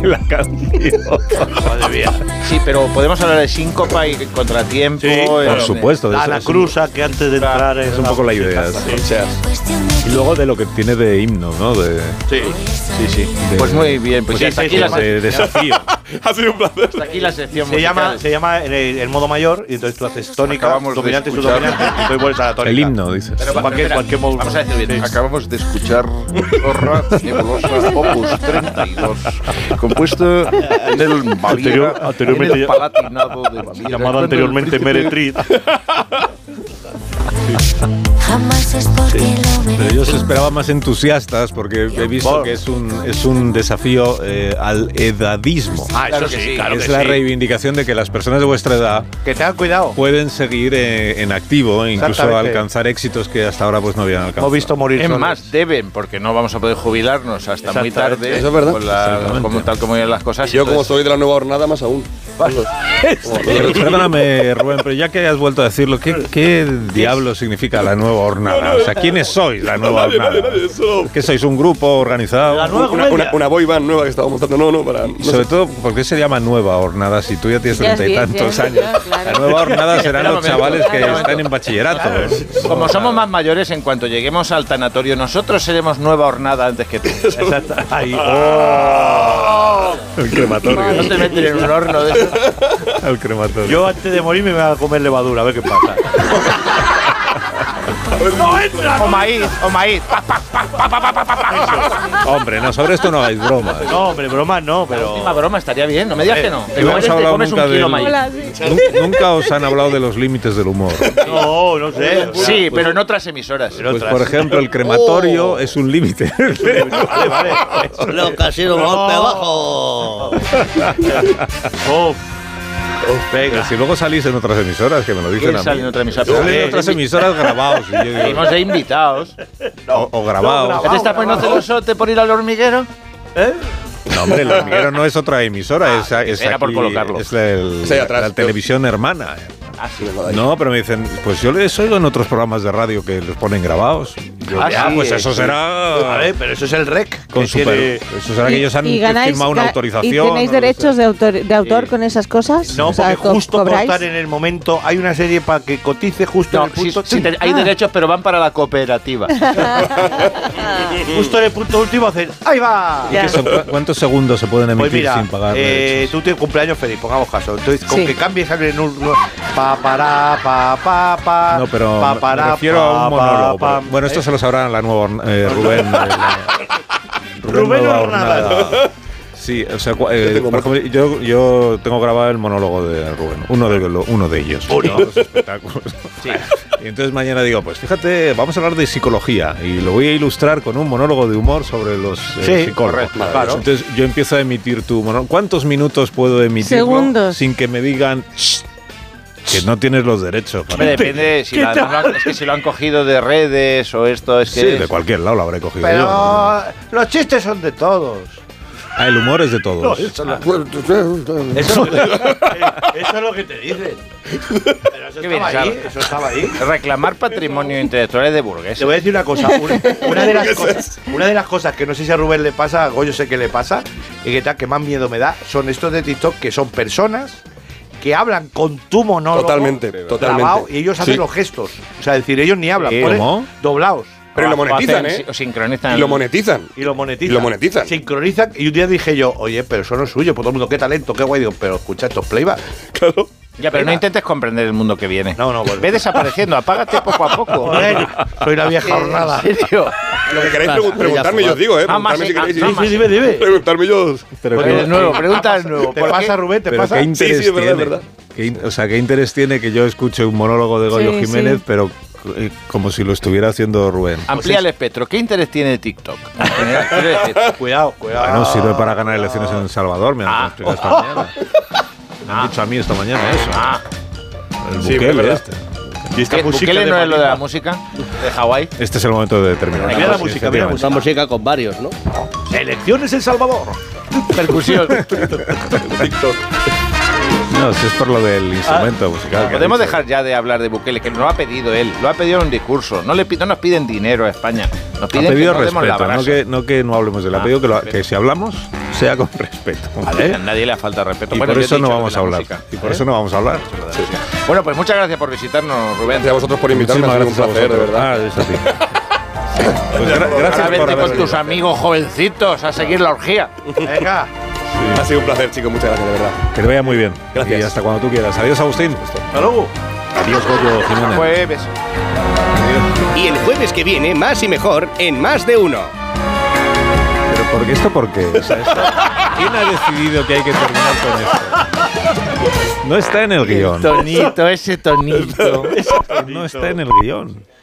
S1: de la canción.
S4: Madre mía.
S2: Sí, pero podemos hablar de síncopa y contratiempo.
S8: Sí,
S2: eh,
S8: por
S1: Por supuesto. de eso
S8: Ana
S1: es un-
S8: Cruza, que antes de entrar
S1: Es un poco la idea.
S8: Sí.
S1: escuchas.
S10: Cuestión de
S1: Y luego de lo que tiene de himno, ¿no? De,
S8: Sí.
S1: sí, sí.
S2: Pues muy bien, pues,
S8: sí,
S2: hasta,
S8: sí,
S2: aquí
S8: sí,
S2: la,
S8: sí.
S1: de desafío.
S5: Ha sido un placer.
S2: hasta aquí la sección
S4: Se
S2: musical.
S4: llama, se llama el, el modo mayor y entonces tú haces tónica,
S2: Acabamos de
S4: dominante,
S2: escuchar.
S4: subdominante y tú vuelves a la tónica.
S1: El himno, dices.
S2: Pero va-
S4: Cualquier-
S2: espera,
S4: cualquier modo.
S2: Vamos a decir bien.
S4: Sí.
S2: Acabamos de escuchar Zorra Nebulosa Opus 32, compuesto en el Baviera,
S8: Anterior- anteriormente
S2: en el
S8: ya-
S2: Palatinado de Baviera.
S8: Llamada anteriormente Meretriz.
S10: Jamás es porque lo
S1: Pero yo os
S10: merezco.
S1: esperaba más entusiastas porque he visto que es un, es un desafío eh, al edadismo.
S4: Ah, eso
S2: Claro que
S4: sí,
S2: sí.
S4: claro
S1: es
S4: que
S1: la
S4: sí.
S1: reivindicación de que las personas de vuestra edad
S4: Que tengan cuidado.
S1: pueden seguir eh, en activo e incluso
S4: Exactamente.
S1: alcanzar éxitos que hasta ahora pues no habían alcanzado.
S4: Hemos visto morir
S2: Es
S4: solos.
S2: más, deben, porque no vamos a poder jubilarnos hasta muy
S4: Exactamente.
S2: tarde.
S5: Eso es verdad.
S2: con la-
S1: Exactamente.
S2: como tal como llevan las cosas.
S5: Yo, como
S2: entonces-
S5: soy de la nueva hornada, más aún.
S1: Pero perdóname, Rubén, pero ya que has vuelto a decirlo, ¿qué, qué diablo significa la nueva hornada? O sea, ¿quiénes sois la nueva hornada? ¿Que sois un grupo organizado?
S5: Una, una, una boy band nueva que estaba montando. No, no, para. no
S1: Y sobre
S5: sé.
S1: todo, ¿por qué se llama nueva hornada si tú ya tienes
S3: Ya es
S1: treinta y
S3: bien,
S1: tantos
S3: ya,
S1: años?
S3: ya, claro.
S1: La nueva hornada serán
S2: Espera un
S1: los
S2: momento,
S1: chavales que
S2: espera un
S1: están
S2: momento.
S1: en bachillerato.
S2: Como somos más mayores, en cuanto lleguemos al tanatorio, nosotros seremos nueva hornada antes que tú.
S4: Exacto. Ahí.
S1: oh, El crematorio.
S2: No te meten en un horno de esos.
S1: El crematorio.
S4: Yo antes de morir me voy a comer levadura, a ver qué pasa.
S2: O maíz, o maíz. Pa, pa, pa, pa, pa, pa, pa, pa, pa.
S1: Hombre, no, sobre esto no hagáis bromas.
S4: No, hombre, broma no,
S2: Última
S4: pero.
S2: broma, estaría bien, no me digas que no.
S1: No hemos hablado nunca
S2: de
S1: del- Nun- Nunca os han hablado de los límites del humor.
S4: No, no sé.
S2: Sí, pero en otras emisoras.
S4: Pero-
S1: Pues,
S4: otras.
S1: por ejemplo, el
S3: Oh.
S1: crematorio es un límite.
S4: Vale, vale.
S6: Lo que ha sido un golpe bajo.
S4: Oh,
S1: Pero si luego salís en otras emisoras, que me lo dicen
S2: ¿Quién
S1: a
S2: sale en
S1: mí.
S2: otra emisora?
S1: Salen en
S2: Pero-
S1: otras emisoras grabados. y yo digo,
S2: Salimos de invitados.
S1: o, o grabados.
S2: ¿Te estás poniendo celosote por ir al hormiguero?
S1: No, hombre, el hormiguero no es otra emisora, es, es
S2: Ah, era por
S1: aquí-
S2: colocarlo.
S1: Es el-
S5: Es ahí atrás,
S1: la
S5: yo-
S1: televisión hermana.
S2: Ah, sí.
S1: No, pero me dicen, pues yo les oigo en otros programas de radio que los ponen grabados. Yo,
S2: Ah,
S1: "Ya,
S2: sí,
S1: pues
S2: eh,
S1: eso
S2: sí.
S1: será
S4: a ver, pero eso es el rec.
S1: con
S4: que
S1: super,
S4: tiene-
S1: eso será que ellos han
S3: Y ganáis
S1: firmado una
S3: ga-
S1: autorización.
S3: ¿Y tenéis
S1: o lo que
S3: derechos de
S1: sea.
S3: autor, de autor
S1: Sí.
S3: con esas cosas?
S4: No,
S3: O sea,
S4: porque
S3: co-
S4: justo
S3: ¿cobráis?
S4: por estar en el momento hay una serie para que cotice justo
S2: No,
S4: en el
S2: sí,
S4: punto.
S2: sí, te- hay
S3: Ah.
S2: derechos, pero van para la cooperativa.
S4: eh, Justo en el punto último hacer. ¡Ahí va!
S1: ¿Y qué son? ¿Cu- ¿Cuántos segundos se pueden emitir
S4: Pues mira,
S1: sin pagar
S4: eh,
S1: derechos?
S4: tú tienes cumpleaños feliz, pongamos caso. Entonces, con
S3: Sí.
S4: que cambies algo en un. no- Pa, para, pa, pa, pa.
S1: No, pero
S4: pa,
S1: me-
S4: para,
S1: me refiero
S4: pa,
S1: a un
S4: pa,
S1: monólogo.
S4: pa.
S1: pero- bueno, esto se lo sabrá la nueva horn- eh, Rubén. eh, la-
S4: Rubén
S1: Nueva
S4: Hornada.
S1: Sí, o sea, cua- eh,
S5: Yo tengo
S1: por ejemplo, yo, yo tengo grabado el monólogo de Rubén, uno de, lo- uno de ellos. Uno. de los espectáculos. Y entonces mañana digo, pues fíjate, vamos a hablar de psicología y lo voy a ilustrar con un monólogo de humor sobre los eh,
S4: Sí,
S1: psicólogos.
S4: correcto, claro.
S1: Entonces yo empiezo a emitir tu monólogo. ¿Cuántos minutos puedo emitir
S3: Segundos.
S1: sin que me digan "Shh, que no tienes los derechos? para
S2: Hombre, depende si, la- no lo han- es que si lo han cogido de redes o esto es que.
S1: Sí, de cualquier lado lo habré cogido yo.
S4: Pero los chistes son de todos.
S1: Ah, el humor es de todos.
S4: Eso, es lo que- eso es lo que te dicen. Pero eso
S2: Qué bien,
S4: estaba ahí.
S2: Sara.
S4: Eso estaba ahí.
S2: Reclamar patrimonio intelectual es de burgués.
S4: Te voy a decir una cosa. Una, una de las cosas, una de las cosas que no sé si a Rubén le pasa, a Goyo sé que le pasa, y que, tal, que más miedo me da, son estos de TikTok que son personas que hablan con tu monólogo.
S5: Totalmente, totalmente.
S4: grabado, y ellos hacen
S5: Sí.
S4: los gestos. O sea, es decir, ellos ni hablan.
S2: Sí.
S4: ponen
S1: ¿Cómo?
S4: Doblados.
S5: Pero lo
S2: O hacen-
S5: monetizan,
S2: si-
S5: ¿eh?
S2: o sincronizan.
S5: Y lo monetizan.
S4: Y lo monetizan.
S5: Y lo monetizan.
S4: Sincronizan. Y un día dije yo, oye, pero eso no es suyo. Por todo el mundo, qué talento, qué guay. Digo, pero escucha estos playback.
S5: Claro.
S2: Ya, pero no intentes comprender el mundo que viene.
S4: No, no, bueno.
S2: Ve desapareciendo, apágate poco a poco.
S4: Joder, soy la vieja jornada.
S2: ¿En serio?
S5: Lo que queréis pregun- preguntarme, yo os digo, ¿eh?
S2: Ah, más,
S5: Preguntarme si
S2: eh,
S5: queréis.
S2: ah, más, eh.
S5: Sí, sí, sí.
S4: Dime, dime.
S5: Preguntarme yo.
S1: Pero
S2: Porque
S1: qué-
S2: de nuevo, pregunta de nuevo.
S4: ¿Te
S2: ¿por qué?
S4: pasa, Rubén? ¿Te
S1: Pero
S4: pasa?
S1: qué
S5: sí,
S1: interés
S5: es verdad,
S1: tiene.
S5: es verdad.
S1: qué in- o sea, qué interés tiene que yo escuche un monólogo de Goyo
S3: Sí,
S1: Jiménez,
S3: sí.
S1: pero eh, como si lo estuviera haciendo Rubén. Pues
S2: Amplía el espectro. ¿Qué interés tiene TikTck? En general, quiero decir.
S4: Cuidado, cuidado.
S1: Bueno, sirve para ganar elecciones en El Salvador, me han
S2: Ah.
S1: explicado esta mañana. Me han dicho a mí esta mañana eso.
S2: Ah,
S1: El
S4: Sí,
S1: Bukele
S4: es verdad.
S1: este.
S4: Y
S2: ¿Qué? ¿Bukele no es lo de la música? ¿De Hawái?
S1: Este es el momento de terminar.
S2: Mira la
S1: Sí,
S2: música,
S1: efectivamente.
S2: mira la
S6: Una música con varios, ¿no?
S2: Elecciones El Salvador. Percusión.
S1: No, si es por lo del instrumento musical. que ha
S2: Ah. Podemos
S1: dicho.
S2: dejar ya de hablar de Bukele, que no lo ha pedido él, lo ha pedido en un discurso. No, le, pi- no nos piden dinero a España, nos
S1: Ha
S2: piden
S1: pedido
S2: que no demos la
S1: respeto, no
S2: brasa.
S1: que, no que no hablemos de él. Ha
S2: Ah,
S1: pedido que, lo-
S2: respeto.
S1: que si hablamos, sea con respeto.
S2: Vale, a nadie le falta respeto.
S1: ¿Eh? Y
S2: Bueno,
S1: por
S2: yo he
S1: eso no
S2: dicho lo de
S1: vamos
S2: la
S1: a hablar.
S2: música,
S1: Y por
S2: ¿eh?
S1: eso no vamos a hablar.
S2: Bueno, pues muchas gracias por visitarnos, Rubén.
S5: Gracias a vosotros por invitarme, ha sido un
S1: Muchísimas gracias a
S5: placer, de
S1: vosotros. Ah, es a
S5: verdad.
S1: ti. Pues gra-
S2: Ahora
S1: gracias por
S2: vente
S1: haber
S2: con tus
S1: venido.
S2: amigos jovencitos a seguir la orgía. Venga.
S5: Ha sido un placer, chicos, muchas gracias, de verdad.
S1: Que te vaya muy bien.
S5: Gracias.
S1: Y hasta cuando tú quieras. Adiós, Agustín.
S2: Hasta luego.
S1: Adiós, Goyo Jiménez.
S2: Jueves.
S9: Y el jueves que viene, más y mejor, en más de uno.
S1: Pero ¿por qué esto? ¿Por qué? O sea, esto- ¿Quién ha decidido que hay que terminar con esto? No está en el guión.
S2: Tonito, ese tonito.
S1: No está en el guión.